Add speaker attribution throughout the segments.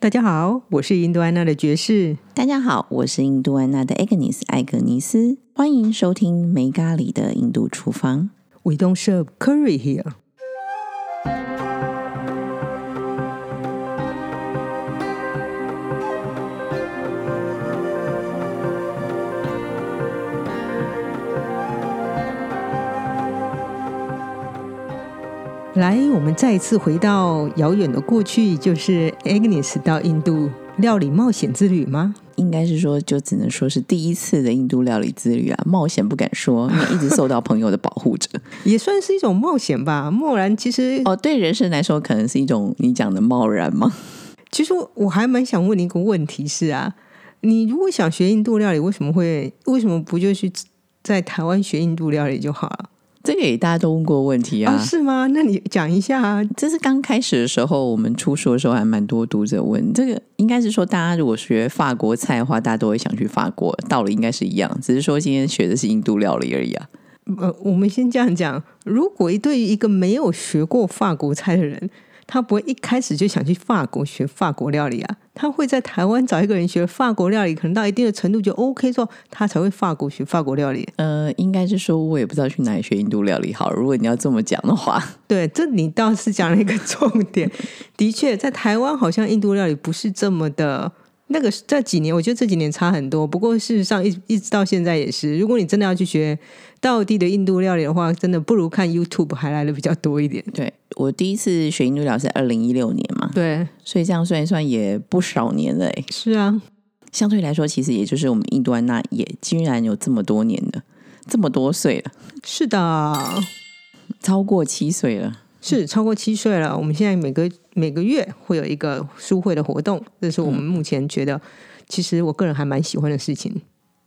Speaker 1: 大家好，我是印度安娜的爵士。
Speaker 2: 大家好，我是印度安娜的 Agnes 艾格尼斯，欢迎收听梅咖喱的印度厨房。
Speaker 1: We don't serve curry here。来，我们再一次回到遥远的过去，就是 Agnes 到印度料理冒险之旅吗？
Speaker 2: 应该是说，就只能说是第一次的印度料理之旅啊，冒险不敢说，因为一直受到朋友的保护 着。
Speaker 1: 也算是一种冒险吧。默然，其实
Speaker 2: 哦，对人生来说，可能是一种你讲的贸然吗？
Speaker 1: 其实我还蛮想问你一个问题是啊，你如果想学印度料理，为什么会为什么不就去在台湾学印度料理就好了？
Speaker 2: 这个也大家都问过问题
Speaker 1: 哦，
Speaker 2: 啊。
Speaker 1: 是吗？那你讲一下啊。
Speaker 2: 这是刚开始的时候，我们出书的时候还蛮多读者问这个，应该是说大家如果学法国菜的话，大家都会想去法国，道理应该是一样，只是说今天学的是印度料理而已啊。
Speaker 1: 呃，我们先这样讲，如果对于一个没有学过法国菜的人，他不会一开始就想去法国学法国料理啊，他会在台湾找一个人学法国料理，可能到一定的程度就 OK 之后，他才会法国学法国料理。
Speaker 2: 呃，应该是说我也不知道去哪里学印度料理好。如果你要这么讲的话，
Speaker 1: 对，这你倒是讲了一个重点。的确，在台湾好像印度料理不是这么的。那个这几年，我觉得这几年差很多。不过事实上一，一一直到现在也是。如果你真的要去学道地的印度料理的话，真的不如看 YouTube 还来的比较多一点。
Speaker 2: 对我第一次学印度料理是二零一六年嘛，
Speaker 1: 对，
Speaker 2: 所以这样算一算也不少年了、欸。
Speaker 1: 是啊，
Speaker 2: 相对来说，其实也就是我们印度安娜也居然有这么多年了，这么多岁了，
Speaker 1: 是的，
Speaker 2: 超过七岁了。
Speaker 1: 是超过七岁了。我们现在每个每个月会有一个书会的活动，这是我们目前觉得，其实我个人还蛮喜欢的事情。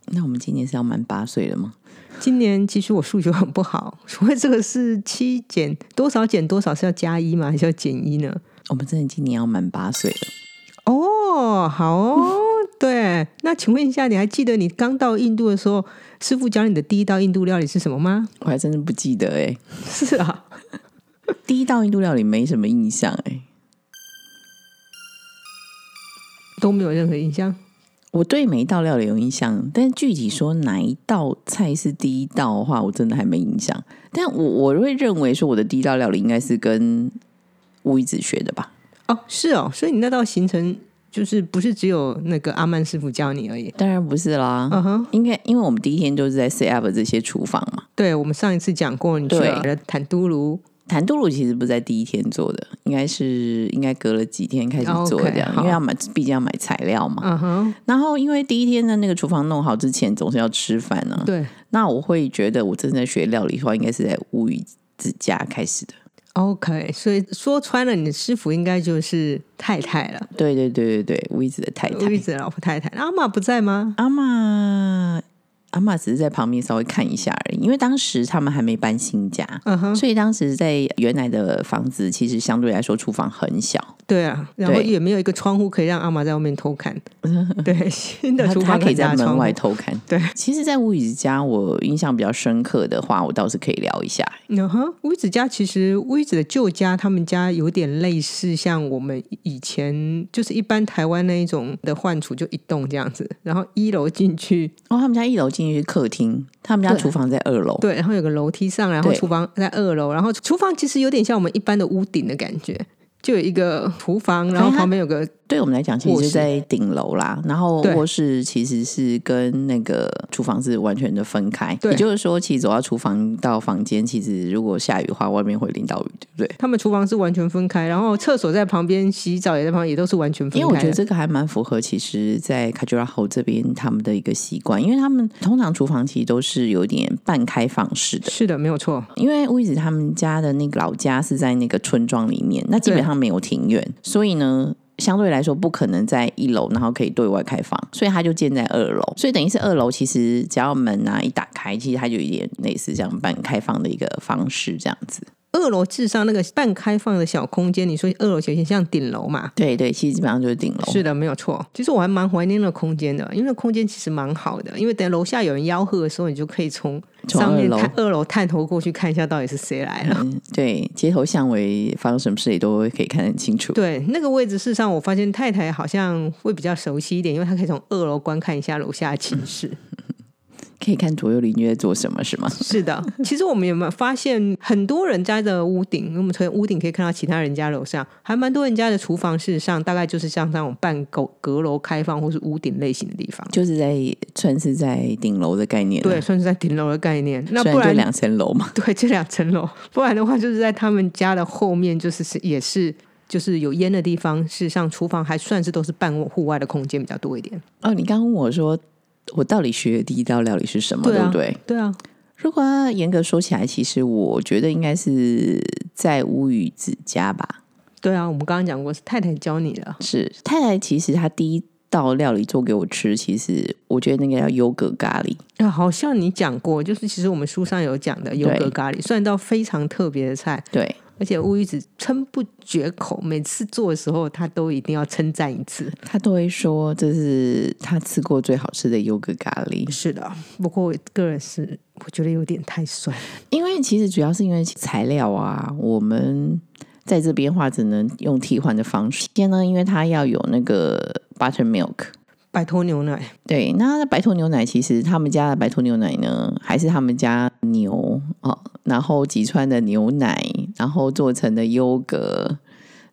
Speaker 2: 那我们今年是要满八岁了吗？
Speaker 1: 今年其实我数学很不好，所以这个是七减多少减多少是要加一吗？还是要减一呢？
Speaker 2: 我们哦真的今年要满八岁了。
Speaker 1: 哦，好哦，对。那请问一下，你还记得你刚到印度的时候，师傅教你的第一道印度料理是什么吗？
Speaker 2: 我还真的不记得哎、
Speaker 1: 是啊，
Speaker 2: 第一道印度料理没什么印象哎、
Speaker 1: 都没有任何印象。
Speaker 2: 我对每一道料理有印象，但具体说哪一道菜是第一道的话，我真的还没印象。但我我会认为说我的第一道料理应该是跟乌一子学的吧。
Speaker 1: 哦，是哦，所以你那道行程就是不是只有那个阿曼师傅教你而已？
Speaker 2: 当然不是啦，
Speaker 1: 嗯哼，
Speaker 2: 应该因为我们第一天就是在 set up 这些厨房嘛。
Speaker 1: 对，我们上一次讲过，你去
Speaker 2: 对
Speaker 1: 了坦都卢，
Speaker 2: 弹嘟噜其实不是在第一天做的，应该是应该隔了几天开始做
Speaker 1: 哦 OK，
Speaker 2: 这样
Speaker 1: 好
Speaker 2: 因为要买，毕竟要买材料嘛。
Speaker 1: 嗯哼，
Speaker 2: 然后因为第一天的那个厨房弄好之前，总是要吃饭啊。
Speaker 1: 对，
Speaker 2: 那我会觉得我真正学料理的话，应该是在乌鱼子家开始的。
Speaker 1: OK，所以说穿了，你的师傅应该就是太太了，
Speaker 2: 对对对对对，乌鱼子的太
Speaker 1: 乌一
Speaker 2: 太
Speaker 1: 哎子的老婆太太。阿玛不在吗？
Speaker 2: 阿嬷，阿嬷只是在旁边稍微看一下而已，因为当时他们还没搬新家。
Speaker 1: 嗯哼，
Speaker 2: 所以当时在原来的房子，其实相对来说厨房很小，
Speaker 1: 对啊，然后
Speaker 2: 对
Speaker 1: 也没有一个窗户可以让阿玛在外面偷 看。对，新的
Speaker 2: 他
Speaker 1: 厨
Speaker 2: 他
Speaker 1: 房
Speaker 2: 可以
Speaker 1: 很
Speaker 2: 在
Speaker 1: 大
Speaker 2: 门
Speaker 1: 窗
Speaker 2: 外
Speaker 1: 户。
Speaker 2: 偷看。
Speaker 1: 对，
Speaker 2: 其实，在吴宇家，我印象比较深刻的话，我倒是可以聊一下。
Speaker 1: 嗯哼，乌一子家其实乌一子的旧家，他们家有点类似像我们以前就是一般台湾那一种的换厨，就一栋这样子，然后一楼进去，
Speaker 2: 哦，他们家一楼进去是客厅，他们家
Speaker 1: 对
Speaker 2: 厨房在二楼。
Speaker 1: 对，然后有个楼梯上来，然后
Speaker 2: 对
Speaker 1: 厨房在二楼，然后厨房其实有点像我们一般的屋顶的感觉，就有一个厨房，然后
Speaker 2: 哎它
Speaker 1: 旁边有个
Speaker 2: 对我们来讲，其
Speaker 1: 卧
Speaker 2: 实
Speaker 1: 室
Speaker 2: 是在顶楼啦，然后
Speaker 1: 对
Speaker 2: 卧室其实是跟那个厨房是完全的分开。
Speaker 1: 对
Speaker 2: 也就是说，其实走到厨房到房间，其实如果下雨的话，外面会淋到雨，对不对？
Speaker 1: 他们厨房是完全分开，然后厕所在旁边，洗澡也在旁边，也都是完全分开的。
Speaker 2: 因为我觉得这个还蛮符合，其实，在 Kajura 后这边他们的一个习惯，因为他们通常厨房其实都是有点半开放式的，
Speaker 1: 是的，没有错。
Speaker 2: 因为乌伊子他们家的那个老家是在那个村庄里面，那基本上没有庭院，所以呢。相对来说，不可能在一楼，然后可以对外开放，所以它就建在二楼。所以等于是二楼，其实只要门啊一打开，其实它就有一点类似这样半开放的一个方式，这样子。
Speaker 1: 二楼至上那个半开放的小空间，你说二楼有点像顶楼嘛？
Speaker 2: 对对，其实基本上就是顶楼。
Speaker 1: 是的，没有错。其实我还蛮怀念那个空间的，因为那空间其实蛮好的。因为等楼下有人吆喝的时候，你就可以从
Speaker 2: 从
Speaker 1: 上面
Speaker 2: 二楼
Speaker 1: 看二楼探头过去看一下到底是谁来 了。
Speaker 2: 嗯，对，街头巷尾发生什么事也都可以看得很清楚。
Speaker 1: 对，那个位置，事实上我发现太太好像会比较熟悉一点，因为她可以从二楼观看一下楼下的情势。
Speaker 2: 可以看左右邻居在做什么，是吗？
Speaker 1: 是的，其实我们有没有发现，很多人家的屋顶，我们从屋顶可以看到其他人家楼上，还蛮多人家的厨房，事实上大概就是像那种半狗阁楼开放或是屋顶类型的地方。
Speaker 2: 就是在算是在顶楼的概念啊，
Speaker 1: 对，算是在顶楼的概念。那
Speaker 2: 虽
Speaker 1: 不
Speaker 2: 然就
Speaker 1: 然
Speaker 2: 两层楼嘛，
Speaker 1: 对，这两层楼， 不然的话就是在他们家的后面，就是是也是就是有烟的地方，事实上厨房还算是都是半户外的空间比较多一点。
Speaker 2: 哦，你刚刚问我说，我到底学的第一道料理是什么，
Speaker 1: 对啊
Speaker 2: 不对？
Speaker 1: 对啊，
Speaker 2: 如果要严格说起来，其实我觉得应该是在乌鱼子家吧。
Speaker 1: 对啊，我们刚刚讲过是太太教你的，
Speaker 2: 是太太，其实她第一道料理做给我吃，其实我觉得那个叫优格咖喱。
Speaker 1: 啊，好像你讲过，就是其实我们书上有讲的油格
Speaker 2: 对
Speaker 1: 咖喱，算一道非常特别的菜，
Speaker 2: 对，
Speaker 1: 而且乌鱼子称不绝口，每次做的时候他都一定要称赞一次。
Speaker 2: 她都会说这是她吃过最好吃的优格咖喱。
Speaker 1: 是的，不过我个人是我觉得有点太酸，
Speaker 2: 因为其实主要是因为材料啊，我们在这边的话只能用替换的方式。先呢，因为它要有那个 buttermilk。
Speaker 1: 摆脱牛奶
Speaker 2: 对，那白兔牛奶其实他们家的白兔牛奶呢，还是他们家牛哦，然后吉川的牛奶，然后做成的优格，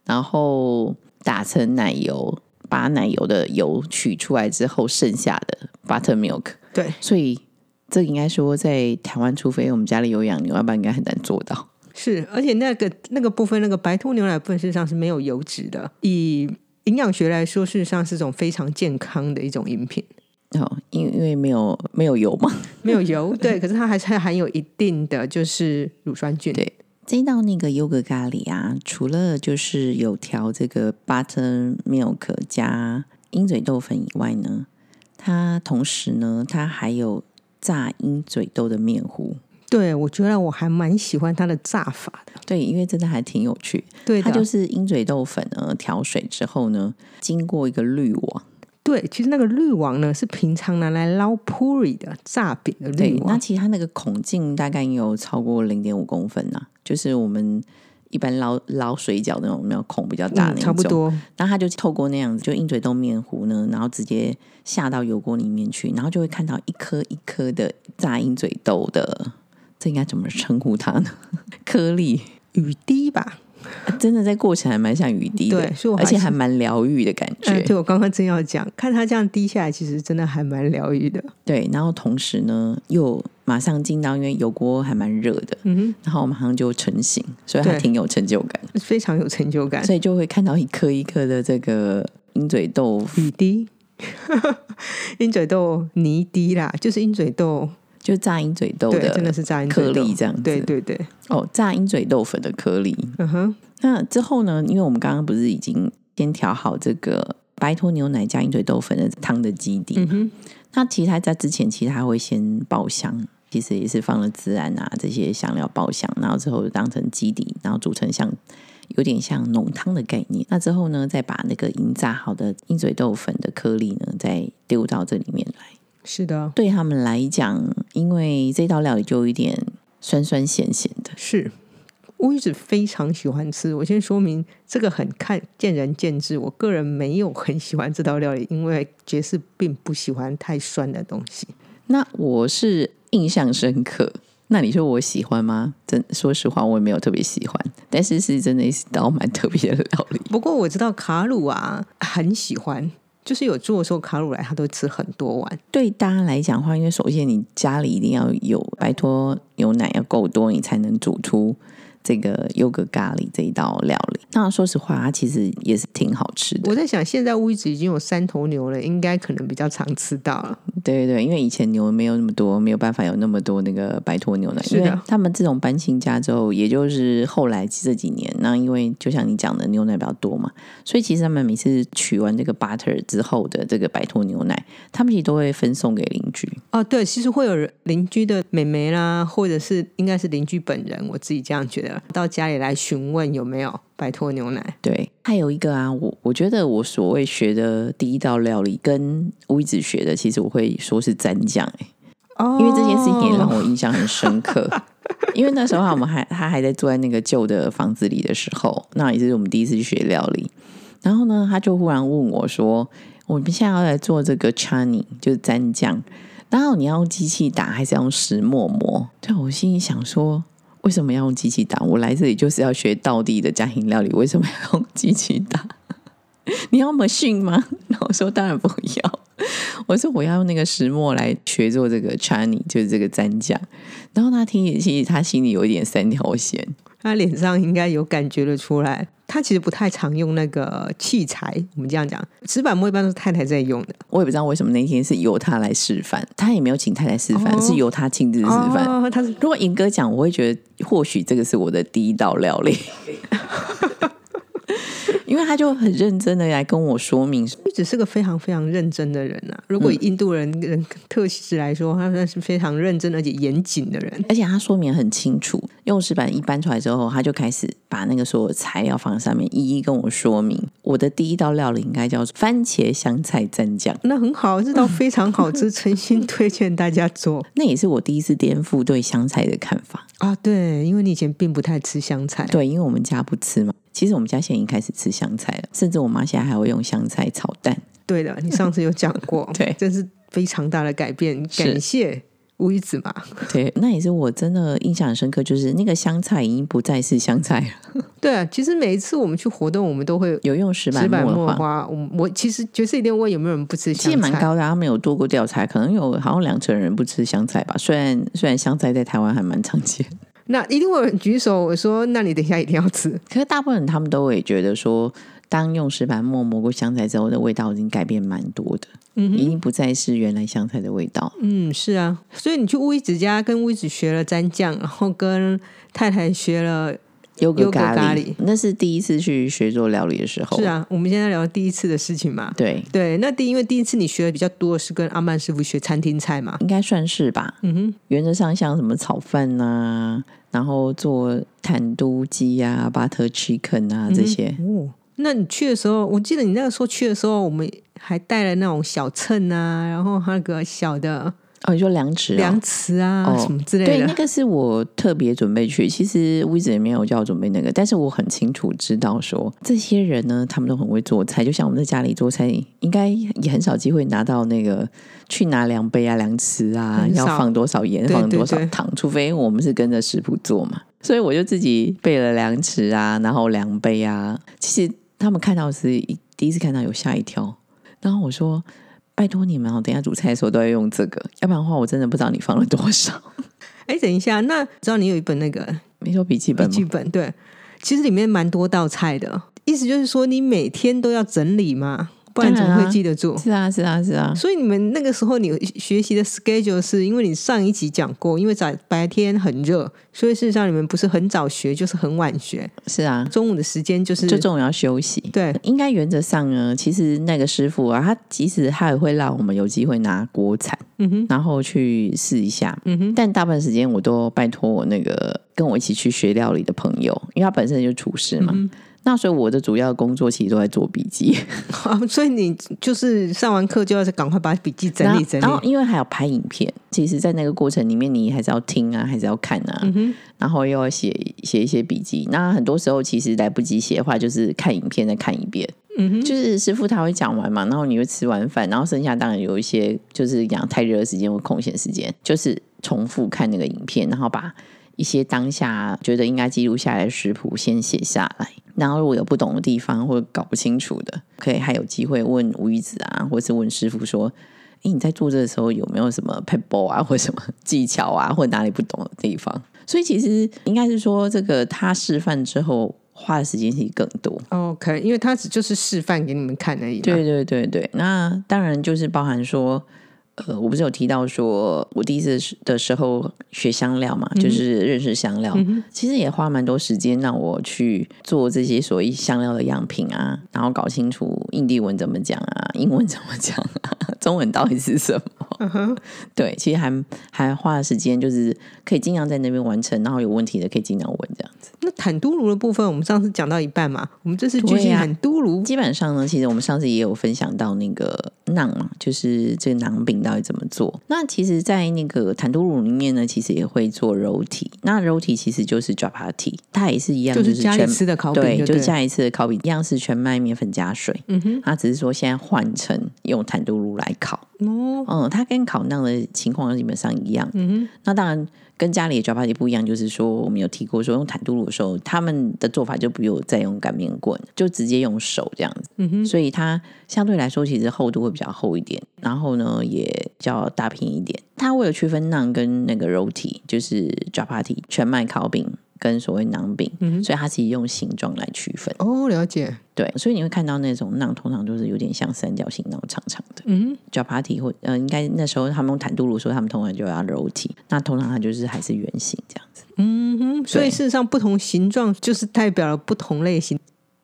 Speaker 2: 然后打成奶油，把奶油的油取出来之后剩下的 buttermilk，
Speaker 1: 对。
Speaker 2: 所以这应该说在台湾，除非我们家里有养牛，要不然应该很难做到。
Speaker 1: 是，而且那个那个部分，那个白兔牛奶部分事实上是没有油脂的，以营养学来说，事实上是种非常健康的一种饮品，
Speaker 2: 哦，因为因为没有没有油嘛。
Speaker 1: 没有 油，对，可是它还是含有一定的就是乳酸菌，
Speaker 2: 对这一道那个优格咖喱啊，除了就是有调这个 butter milk 加鹰嘴豆粉以外呢，它同时呢，它还有炸鹰嘴豆的面糊。
Speaker 1: 对我觉得我还蛮喜欢它的炸法的，
Speaker 2: 对，因为真的还挺有趣。
Speaker 1: 对
Speaker 2: 它
Speaker 1: 的，
Speaker 2: 就是鹰嘴豆粉呢，调水之后呢，经过一个滤网。
Speaker 1: 对，其实那个滤网呢是平常拿来捞 puri 的炸饼的
Speaker 2: 对
Speaker 1: 滤，
Speaker 2: 那
Speaker 1: 网，
Speaker 2: 其实它那个孔径大概有超过零点五公分呐、就是我们一般捞捞水饺那种，有没有孔比较大
Speaker 1: 嗯
Speaker 2: 那一种。
Speaker 1: 差不多，
Speaker 2: 那他就透过那样子，就鹰嘴豆面糊呢，然后直接下到油锅里面去，然后就会看到一颗一颗的炸鹰嘴豆的，这应该怎么称呼它呢？ 颗粒、
Speaker 1: 雨滴吧，
Speaker 2: 啊真的在过程还蛮像雨滴的
Speaker 1: 对，所以我还
Speaker 2: 而且
Speaker 1: 是
Speaker 2: 还蛮疗愈的感觉。
Speaker 1: 嗯，对我刚刚正要讲，看它这样滴下来，其实真的还蛮疗愈的，
Speaker 2: 对，然后同时呢，又马上进到，因为油锅还蛮热的，
Speaker 1: 嗯
Speaker 2: 然后马上就成型，所以它
Speaker 1: 对
Speaker 2: 挺有成就感，
Speaker 1: 哼，非常有成就感。
Speaker 2: 所以就会看到一颗一颗的这个鹰嘴豆，
Speaker 1: 雨滴， 鹰嘴豆泥滴啦，就是鹰嘴豆，
Speaker 2: 就炸鹰嘴豆
Speaker 1: 对，
Speaker 2: 的
Speaker 1: 真的是炸鹰嘴
Speaker 2: 颗
Speaker 1: 豆
Speaker 2: 粒这样子
Speaker 1: 对对对，
Speaker 2: 哦，炸鹰嘴豆粉的颗粒。
Speaker 1: 嗯哼，
Speaker 2: 那之后呢？因为我们刚刚不是已经先调好这个白脱牛奶加鹰嘴豆粉的汤的基底？
Speaker 1: 嗯哼，
Speaker 2: 那其实它在之前，其实它会先爆香，其实也是放了孜然啊这些香料爆香，然后之后就当成基底，然后煮成像有点像浓汤的概念。那之后呢，再把那个已经炸好的鹰嘴豆粉的颗粒呢，再丢到这里面来。
Speaker 1: 是的，
Speaker 2: 对他们来讲，因为这道料理就有一点酸酸咸咸的。
Speaker 1: 是。我一直非常喜欢吃，我先说明这个很看见仁见智。我个人没有很喜欢这道料理，因为爵士并不喜欢太酸的东西。
Speaker 2: 那我是印象深刻。那你说我喜欢吗？真说实话，我也没有特别喜欢，但是是真的一道蛮特别的料理。
Speaker 1: 不过我知道卡鲁啊很喜欢，就是有做的时候卡鲁来他都吃很多碗。
Speaker 2: 对大家来讲的话，因为首先你家里一定要有白脱牛奶要够多，你才能煮出这个优格咖喱这一道料理。那说实话，它其实也是挺好吃的。
Speaker 1: 我在想，现在乌鱼子已经有三头牛了，应该可能比较常吃到了。
Speaker 2: 对对对，因为以前牛没有那么多，没有办法有那么多那个白脱牛奶。
Speaker 1: 是的
Speaker 2: 因为他们自从搬新家之后，也就是后来这几年，那因为就像你讲的，牛奶比较多嘛，所以其实他们每次取完这个 butter 之后的这个白脱牛奶，他们其实都会分送给邻居。
Speaker 1: 哦，对，其实会有人邻居的妹妹啦，或者是应该是邻居本人，我自己这样觉得，到家里来询问有没有白脱牛奶。
Speaker 2: 对，还有一个啊，我我觉得我所谓学的第一道料理跟乌一子学的，其实我会说是蘸酱、欸，
Speaker 1: 哦
Speaker 2: 因为这件事情也让我印象很深刻。因为那时候啊我们还他还在住在那个旧的房子里的时候，那也是我们第一次去学料理。然后呢，他就忽然问我说：“我们现在要来做这个 chani，就是蘸酱，然后你要用机器打还是要用石磨磨？”对我心里想说。为什么要用机器打？我来这里就是要学道地的家庭料理，为什么要用机器打？ 你要 machine 吗？ 然后我说当然不要，我说我要用那个石墨来学做这个 chani，就是这个蘸酱。然后他听起，其实他心里有一点三条线，
Speaker 1: 他脸上应该有感觉得出来，他其实不太常用那个器材。我们这样讲，石板磨一般都是太太在用的，
Speaker 2: 我也不知道为什么那天是由他来示范，他也没有请太太示范，
Speaker 1: 哦
Speaker 2: 是由他亲自示范。
Speaker 1: 哦，他是
Speaker 2: 如果严格讲，我会觉得或许这个是我的第一道料理， 因为他就很认真的来跟我说明
Speaker 1: 只是个非常非常认真的人啊。如果以印度人人特质来说，他算是非常认真而且严谨的人。
Speaker 2: 而且它说明很清楚，用石板一搬出来之后，他就开始把那个所有材料放上面，一一跟我说明。我的第一道料理应该叫做番茄香菜蘸酱，
Speaker 1: 那很好，这道非常好吃，诚心推荐大家做
Speaker 2: 那也是我第一次颠覆对香菜的看法。
Speaker 1: 啊！对，因为你以前并不太吃香菜，
Speaker 2: 对，因为我们家不吃嘛，其实我们家现在已经开始吃香菜了，甚至我妈现在还会用香菜炒蛋。，
Speaker 1: 对的，你上次有讲过
Speaker 2: 对
Speaker 1: 真是非常大的改变，
Speaker 2: 是
Speaker 1: 感谢吴一子嘛。
Speaker 2: 对，那也是我真的印象很深刻，就是那个香菜已经不再是香菜了，
Speaker 1: 对啊，其实每一次我们去活动，我们都会
Speaker 2: 有用石板
Speaker 1: 石板
Speaker 2: 磨的
Speaker 1: 墨
Speaker 2: 话。
Speaker 1: 花。我我其实爵士一定问有没有人不吃
Speaker 2: 其实
Speaker 1: 香
Speaker 2: 蛮
Speaker 1: 菜，
Speaker 2: 高的，他们有做过调查，可能有好像两成人不吃香菜吧。虽然虽然香菜在台湾还蛮常见，
Speaker 1: 那一定会有人举手。我说，那你等一下一定要吃。
Speaker 2: 可是大部分人他们都会觉得说，当用石板磨磨过香菜之后的味道已经改变蛮多的，嗯，已经不再是原来香菜的味道。
Speaker 1: 嗯，是啊，所以你去乌一子家跟乌一子学了蘸酱，然后跟太太学了。
Speaker 2: 优格咖喱，
Speaker 1: 咖喱
Speaker 2: 那是第一次去学做料理的时候，
Speaker 1: 是，啊，我们现在聊第一次的事情嘛。
Speaker 2: 对，
Speaker 1: 对，那第因为第一次你学的比较多的是跟阿曼师傅学餐厅菜嘛。
Speaker 2: 应该算是吧。
Speaker 1: 嗯哼，
Speaker 2: 原则上像什么炒饭呐、然后做坦都鸡啊、butter chicken 啊这些，
Speaker 1: 哦，那你去的时候，我记得你那个时候去的时候，我们还带了那种小秤啊，然后那个小的
Speaker 2: 哦，你说量尺、啊，
Speaker 1: 量词啊、
Speaker 2: 哦
Speaker 1: 什么之类
Speaker 2: 对，
Speaker 1: 的。
Speaker 2: 那个是我特别准备去。其实 w i z 也没有叫我准备那个，但是我很清楚知道说，这些人呢，他们都很会做菜。就像我们在家里做菜，应该也很少机会拿到那个去拿量杯啊、量匙啊，
Speaker 1: 很
Speaker 2: 要
Speaker 1: 少
Speaker 2: 放多少盐、
Speaker 1: 对
Speaker 2: 放多
Speaker 1: 对
Speaker 2: 少
Speaker 1: 对
Speaker 2: 糖，除非我们是跟着食谱做嘛。所以我就自己备了量匙啊，然后量杯啊。其实他们看到是一第一次看到有吓一跳，然后我说。拜托你们哦，等一下煮菜的时候都要用这个，要不然的话我真的不知道你放了多少。
Speaker 1: 哎，等一下，那知道你有一本那个
Speaker 2: 你说笔记
Speaker 1: 笔
Speaker 2: 本
Speaker 1: 记
Speaker 2: 吗？
Speaker 1: 本，对，其实里面蛮多道菜的，意思就是说你每天都要整理嘛，不然
Speaker 2: 当
Speaker 1: 怎
Speaker 2: 然
Speaker 1: 么会
Speaker 2: 啊
Speaker 1: 记得住？
Speaker 2: 是啊，是啊，是啊，
Speaker 1: 所以你们那个时候，你学习的 schedule 是因为你上一集讲过，因为早白天很热，所以事实上你们不是很早学，就是很晚学，
Speaker 2: 是啊，
Speaker 1: 中午的时间就是
Speaker 2: 最重要休息。
Speaker 1: 对，
Speaker 2: 应该原则上呢，其实那个师傅啊，他即使他也会让我们有机会拿国产，
Speaker 1: 嗯哼，
Speaker 2: 然后去试一下。嗯哼，但大部分时间我都拜托我那个跟我一起去学料理的朋友，因为他本身就是厨师嘛。
Speaker 1: 嗯
Speaker 2: 那所以我的主要工作其实都在做笔记，
Speaker 1: 啊所以你就是上完课就要赶快把笔记整理整
Speaker 2: 然后然后
Speaker 1: 理。
Speaker 2: 因为还有拍影片，其实，在那个过程里面，你还是要听啊，还是要看啊，然后又要写写一些笔记。那很多时候其实来不及写的话，就是看影片再看一遍。嗯哼，就是师傅他会讲完嘛，然后你会吃完饭，然后剩下当然有一些就是讲太热的时间或空闲时间，就是重复看那个影片，然后把一些当下觉得应该记录下来的食谱先写下来。然后如果有不懂的地方或者搞不清楚的，可以还有机会问吴一子啊，或是问师傅说：“诶，你在做这的时候有没有什么 p e b b l 啊，或什么 技巧啊，或哪里不懂的地方？”所以其实应该是说，这个他示范之后花的时间其实更多。
Speaker 1: 哦 OK，因为他只就是示范给你们看而已嘛。
Speaker 2: 对对对对，那当然就是包含说，呃，我不是有提到说，我第一次的时候学香料嘛，就是认识香料，其实也花蛮多时间让我去做这些所谓香料的样品啊，然后搞清楚印地文怎么讲啊，英文怎么讲啊，中文到底是什么？对，其实还还花了时间，就是可以尽量在那边完成，然后有问题的可以尽量问这样子。
Speaker 1: 那坦都卢的部分，我们上次讲到一半嘛，我们这次继
Speaker 2: 对
Speaker 1: 续
Speaker 2: 呀
Speaker 1: 坦都卢。
Speaker 2: 基本上呢，其实我们上次也有分享到那个馕嘛，就是这个馕饼到底怎么做。那其实，在那个坦多乳里面呢，其实也会做肉体。那肉体其实就是 japati，它也是一样，
Speaker 1: 就是是家里
Speaker 2: 全
Speaker 1: 吃的烤饼
Speaker 2: 对，
Speaker 1: 就
Speaker 2: 就是
Speaker 1: 对
Speaker 2: 下一次的烤饼一样是全麦面粉加水。嗯哼，它只是说现在换成用坦多乳来烤。
Speaker 1: 哦，
Speaker 2: 嗯，它跟烤馕的情况基本上一样。嗯哼，那当然跟家里的 japati 不一样，就是说我们有提过说用坦度炉的时候，他们的做法就不用再用擀面棍，就直接用手这样子。嗯哼，所以它相对来说其实厚度会比较厚一点，然后呢也比较大片一点。它为了区分馕跟那个肉体，就是 japati 全麦烤饼。跟所谓馕饼，所以它其实用形状来区分，
Speaker 1: 哦，了解。
Speaker 2: 对，所以你会看到那种馕通常就是有点像三角形那种长长的，
Speaker 1: 嗯，
Speaker 2: Japati 或呃，应该那时候他们用坦度炉说，他们通常就要柔体，那通常它就是还是圆形这样子。
Speaker 1: 嗯，所以
Speaker 2: 对
Speaker 1: 事实上，不同形状就是代表了不同类型。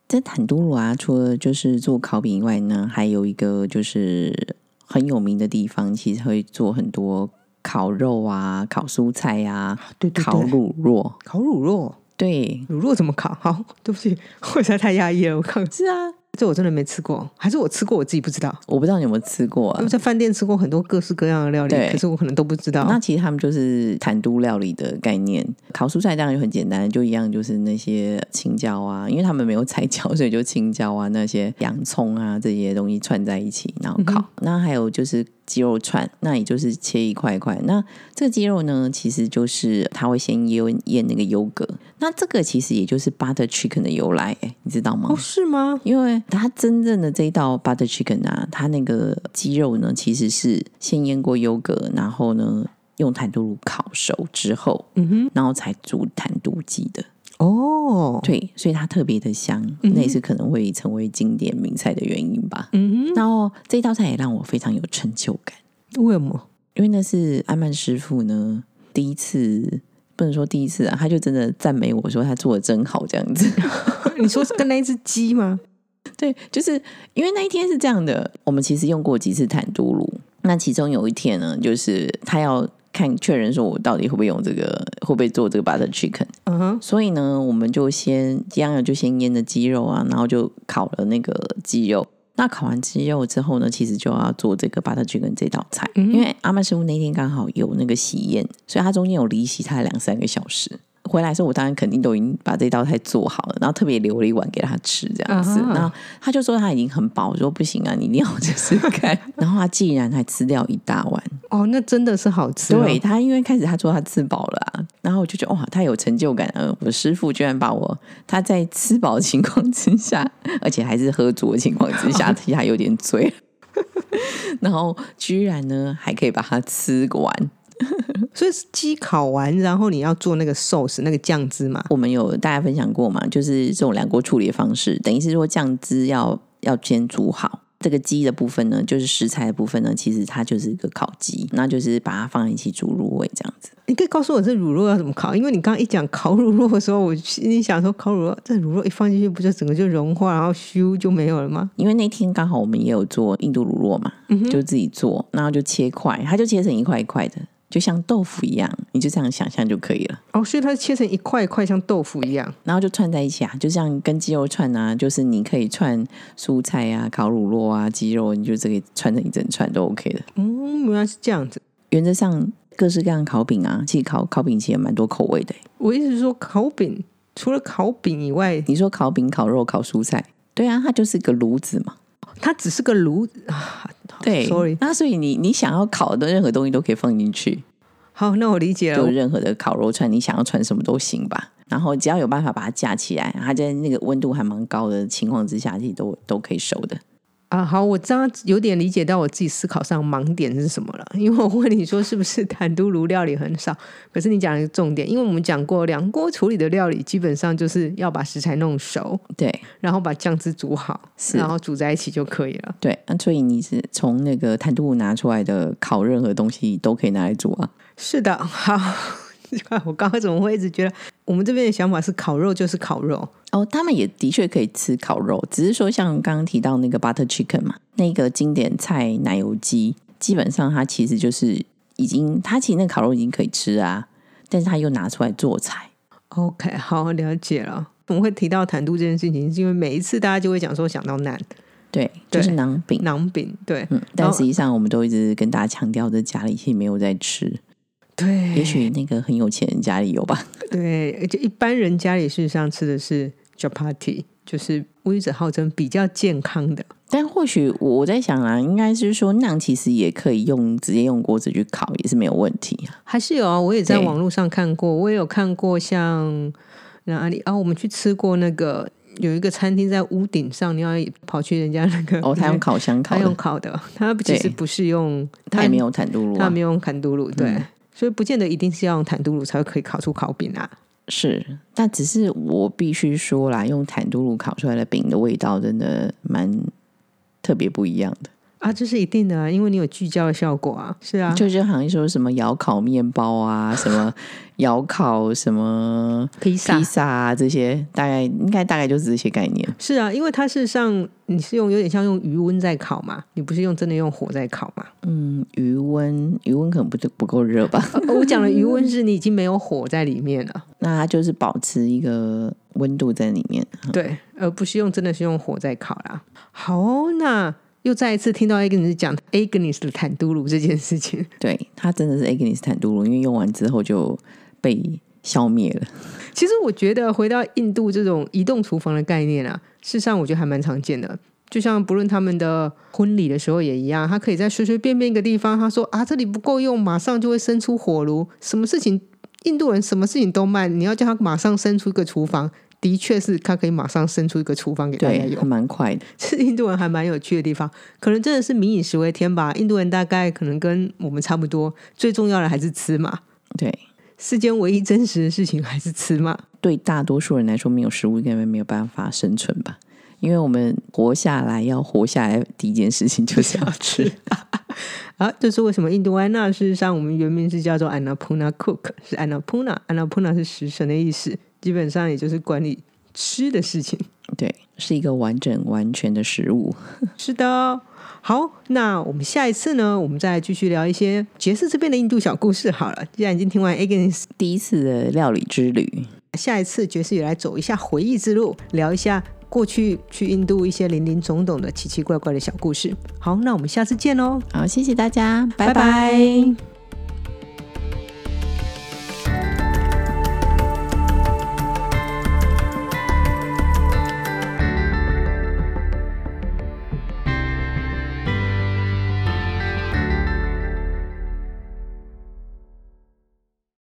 Speaker 2: 在坦度炉啊，除了就是做烤饼以外呢，还有一个就是很有名的地方，其实会做很多烤肉啊、烤蔬菜啊、
Speaker 1: 对对对
Speaker 2: 烤乳酪。
Speaker 1: 烤乳酪，
Speaker 2: 对，
Speaker 1: 乳酪怎么烤？ 好，对不起，我实在太压抑了。我看
Speaker 2: 是啊，
Speaker 1: 这我真的没吃过，还是我吃过我自己不知道。
Speaker 2: 我不知道你有没有吃过
Speaker 1: 因
Speaker 2: 啊
Speaker 1: 为。在饭店吃过很多各式各样的料理，
Speaker 2: 对
Speaker 1: 可是我可能都不知道。
Speaker 2: 那其实他们就是坦都料理的概念，烤蔬菜当然就很简单，就一样就是那些青椒啊，因为他们没有彩椒，所以就青椒啊、那些洋葱啊这些东西串在一起，然后
Speaker 1: 嗯
Speaker 2: 烤。那还有就是鸡肉串，那也就是切一块一块。那这个鸡肉呢，其实就是它会先腌腌那个优格，那这个其实也就是 butter chicken 的由来、欸，你知道吗？
Speaker 1: 哦，是吗？
Speaker 2: 因为它真正的这一道 butter chicken 啊，它那个鸡肉呢，其实是先腌过优格，然后呢用坦度炉烤熟之后，嗯哼，然后才煮坦度鸡的。
Speaker 1: 哦，
Speaker 2: 对，所以它特别的香，那也是可能会成为经典名菜的原因吧。嗯哼，然后这道菜也让我非常有成就感，
Speaker 1: 为什么？
Speaker 2: 因为那是安曼师傅呢第一次。不能说第一次啊，他就真的赞美我说他做的真好这样子。
Speaker 1: 你说是跟那一只鸡吗？
Speaker 2: 对，就是因为那一天是这样的，我们其实用过几次坦都炉，那其中有一天呢，就是他要看确认说我到底会不会用这个，会不会做这个 butter chicken，
Speaker 1: 嗯哼，
Speaker 2: 所以呢，我们就先一样就先腌的鸡肉啊，然后就烤了那个鸡肉。那烤完鸡肉之后呢，其实就要做这个 butter chicken 这道菜，
Speaker 1: 嗯
Speaker 2: 因为阿曼师傅那天刚好有那个喜宴，所以他中间有离席他两三个小时。回来的时候，我当然肯定都已经把这道菜做好了，然后特别留了一碗给他吃，这样子。
Speaker 1: 啊哈
Speaker 2: 然后他就说他已经很饱，我说不行啊，你一定要 试试看。然后他竟然还吃掉一大碗，
Speaker 1: 哦，那真的是好吃、哦
Speaker 2: 对，他，因为开始他说他吃饱了、啊，然后我就觉得哇，他有成就感。嗯，我师傅居然把我他在吃饱的情况之下， 而且还是喝足的情况之下，他还有点醉， 然后居然呢还可以把它吃完。
Speaker 1: 所以是鸡烤完，然后你要做那个 sauce 那个酱汁嘛？
Speaker 2: 我们有大家分享过嘛，就是这种两锅处理的方式，等于是说酱汁要要先煮好。这个鸡的部分呢，就是食材的部分呢，其实它就是一个烤鸡，那就是把它放在一起煮入味这样子。
Speaker 1: 你可以告诉我这乳酪要怎么烤？因为你刚刚一讲烤乳酪的时候，我心里想说烤乳酪，这乳酪一放进去不就整个就融化，然后咻就没有了吗？
Speaker 2: 因为那天刚好我们也有做印度乳酪嘛，就自己做，然后就切块，它就切成一块一块的，就像豆腐一样，你就这样想象就可以了。
Speaker 1: 哦，所以它切成一块一块像豆腐一样。
Speaker 2: 然后就串在一起啊，就像跟鸡肉串啊，就是你可以串蔬菜啊、烤乳酪啊、鸡肉，你就这个串成一整串都 OK 的。
Speaker 1: 嗯，原来是这样子。
Speaker 2: 原则上，各式各样的烤饼啊，其实烤烤饼其实也蛮多口味的欸。
Speaker 1: 我意思是说，烤饼除了烤饼以外，
Speaker 2: 你说烤饼、烤肉、烤蔬菜，对啊，它就是个炉子嘛。
Speaker 1: 它只是个炉啊。
Speaker 2: 对
Speaker 1: ，sorry。
Speaker 2: 那所以你你想要烤的任何东西都可以放进去。
Speaker 1: 好，那我理解
Speaker 2: 就
Speaker 1: 了。
Speaker 2: 任何的烤肉串，你想要穿什么都行吧。然后只要有办法把它架起来，它在那个温度还蛮高的情况之下，其实都都可以熟的。
Speaker 1: 啊，好，我这样有点理解到我自己思考上盲点是什么了。因为我问你说是不是坦都炉料理很少，可是你讲了一个重点，因为我们讲过两锅处理的料理，基本上就是要把食材弄熟，
Speaker 2: 对
Speaker 1: 然后把酱汁煮好，
Speaker 2: 是
Speaker 1: 然后煮在一起就可以了。
Speaker 2: 对，那所以你是从那个坦度拿出来的烤任何东西都可以拿来煮啊。
Speaker 1: 是的，好。 我刚刚怎么会一直觉得我们这边的想法是烤肉就是烤肉？
Speaker 2: 哦，他们也的确可以吃烤肉，只是说像刚刚提到那个 butter chicken 嘛，那个经典菜奶油鸡，基本上它其实就是已经，它其实那个烤肉已经可以吃啊，但是它又拿出来做菜。
Speaker 1: OK，好，了解了。我们会提到坦度这件事情，是因为每一次大家就会讲说想到馕
Speaker 2: 对，就是
Speaker 1: 对
Speaker 2: 馕饼。
Speaker 1: 馕饼，对、
Speaker 2: 嗯，
Speaker 1: 然
Speaker 2: 但
Speaker 1: 后
Speaker 2: 实际上我们都一直跟大家强调，在家里其实没有在吃，
Speaker 1: 对，
Speaker 2: 也许那个很有钱人家里有吧。
Speaker 1: 对，而且一般人家里事实上吃的是 chapati，就是乌鱼子号称比较健康的。
Speaker 2: 但或许我在想啊，应该是说馕其实也可以用直接用锅子去烤，也是没有问题啊。
Speaker 1: 还是有啊，我也在
Speaker 2: 对
Speaker 1: 网络上看过，我也有看过像哪里啊，我们去吃过那个有一个餐厅在屋顶上，你要跑去人家那个
Speaker 2: 哦，他用烤箱烤
Speaker 1: 他用
Speaker 2: 的，
Speaker 1: 烤的，他其实
Speaker 2: 对
Speaker 1: 不是用，
Speaker 2: 他也没有坦度炉、
Speaker 1: 他
Speaker 2: 啊
Speaker 1: 没，有用坦都鲁，对。
Speaker 2: 嗯
Speaker 1: 所以不见得一定是要用坦都鲁才会可以烤出烤饼啊，
Speaker 2: 是，但只是我必须说啦，用坦度炉烤出来的饼的味道真的蛮特别不一样的，
Speaker 1: 啊，这是一定的啊，因为你有聚焦的效果啊，是啊，
Speaker 2: 就是好像说什么窑烤面包啊，什么 窑烤什么
Speaker 1: 披
Speaker 2: 披萨啊，这些大概应该大概就是这些概念。
Speaker 1: 是啊，因为它事实上你是用有点像用余温在烤嘛，你不是用真的用火在烤 嘛？
Speaker 2: 嗯，余温余温可能不不够热吧，
Speaker 1: 呃我讲的余温是你已经没有火在里面了，
Speaker 2: 那它就是保持一个温度在里面。
Speaker 1: 对，而不是用真的是用火在烤啦。嗯好哦、那又再一次听到 Agnes 讲 Agnes 的坦都炉这件事情，
Speaker 2: 对，它真的是 Agnes 坦度炉，因为用完之后就被消灭了。
Speaker 1: 其实我觉得回到印度这种移动厨房的概念啊，事实上我觉得还蛮常见的。就像不论他们的婚礼的时候也一样，他可以在随随便便一个地方，他说啊这里不够用，马上就会生出火炉。什么事情，印度人什么事情都慢，你要叫他马上生出一个厨房，的确是他可以马上生出一个厨房给大家
Speaker 2: 对，
Speaker 1: 用
Speaker 2: 还。蛮快的。
Speaker 1: 是印度人还蛮有趣的地方，可能真的是民以食为天吧。印度人大概可能跟我们差不多，最重要的还是吃嘛。
Speaker 2: 对，
Speaker 1: 世间唯一真实的事情还是吃嘛。
Speaker 2: 对大多数人来说，没有食物根本没有办法生存吧？因为我们活下来，要活下来，第一件事情就是要吃。
Speaker 1: 啊，这是为什么印度安娜事实上我们原名是叫做 Annapurna Cook，是 Annapurna，Annapurna 是食神的意思，基本上也就是管理吃的事情。
Speaker 2: 对，是一个完整完全的食物。
Speaker 1: 是的，哦好，那我们下一次呢，我们再继续聊一些杰斯这边的印度小故事好了。既然已经听完 Agnes，
Speaker 2: 第一次的料理之旅，
Speaker 1: 下一次爵士也来走一下回忆之路，聊一下过去去印度一些林林总总的奇奇怪怪的小故事。好，那我们下次见喽，哦
Speaker 2: 好，谢谢大家，拜
Speaker 1: 拜
Speaker 2: 拜
Speaker 1: 拜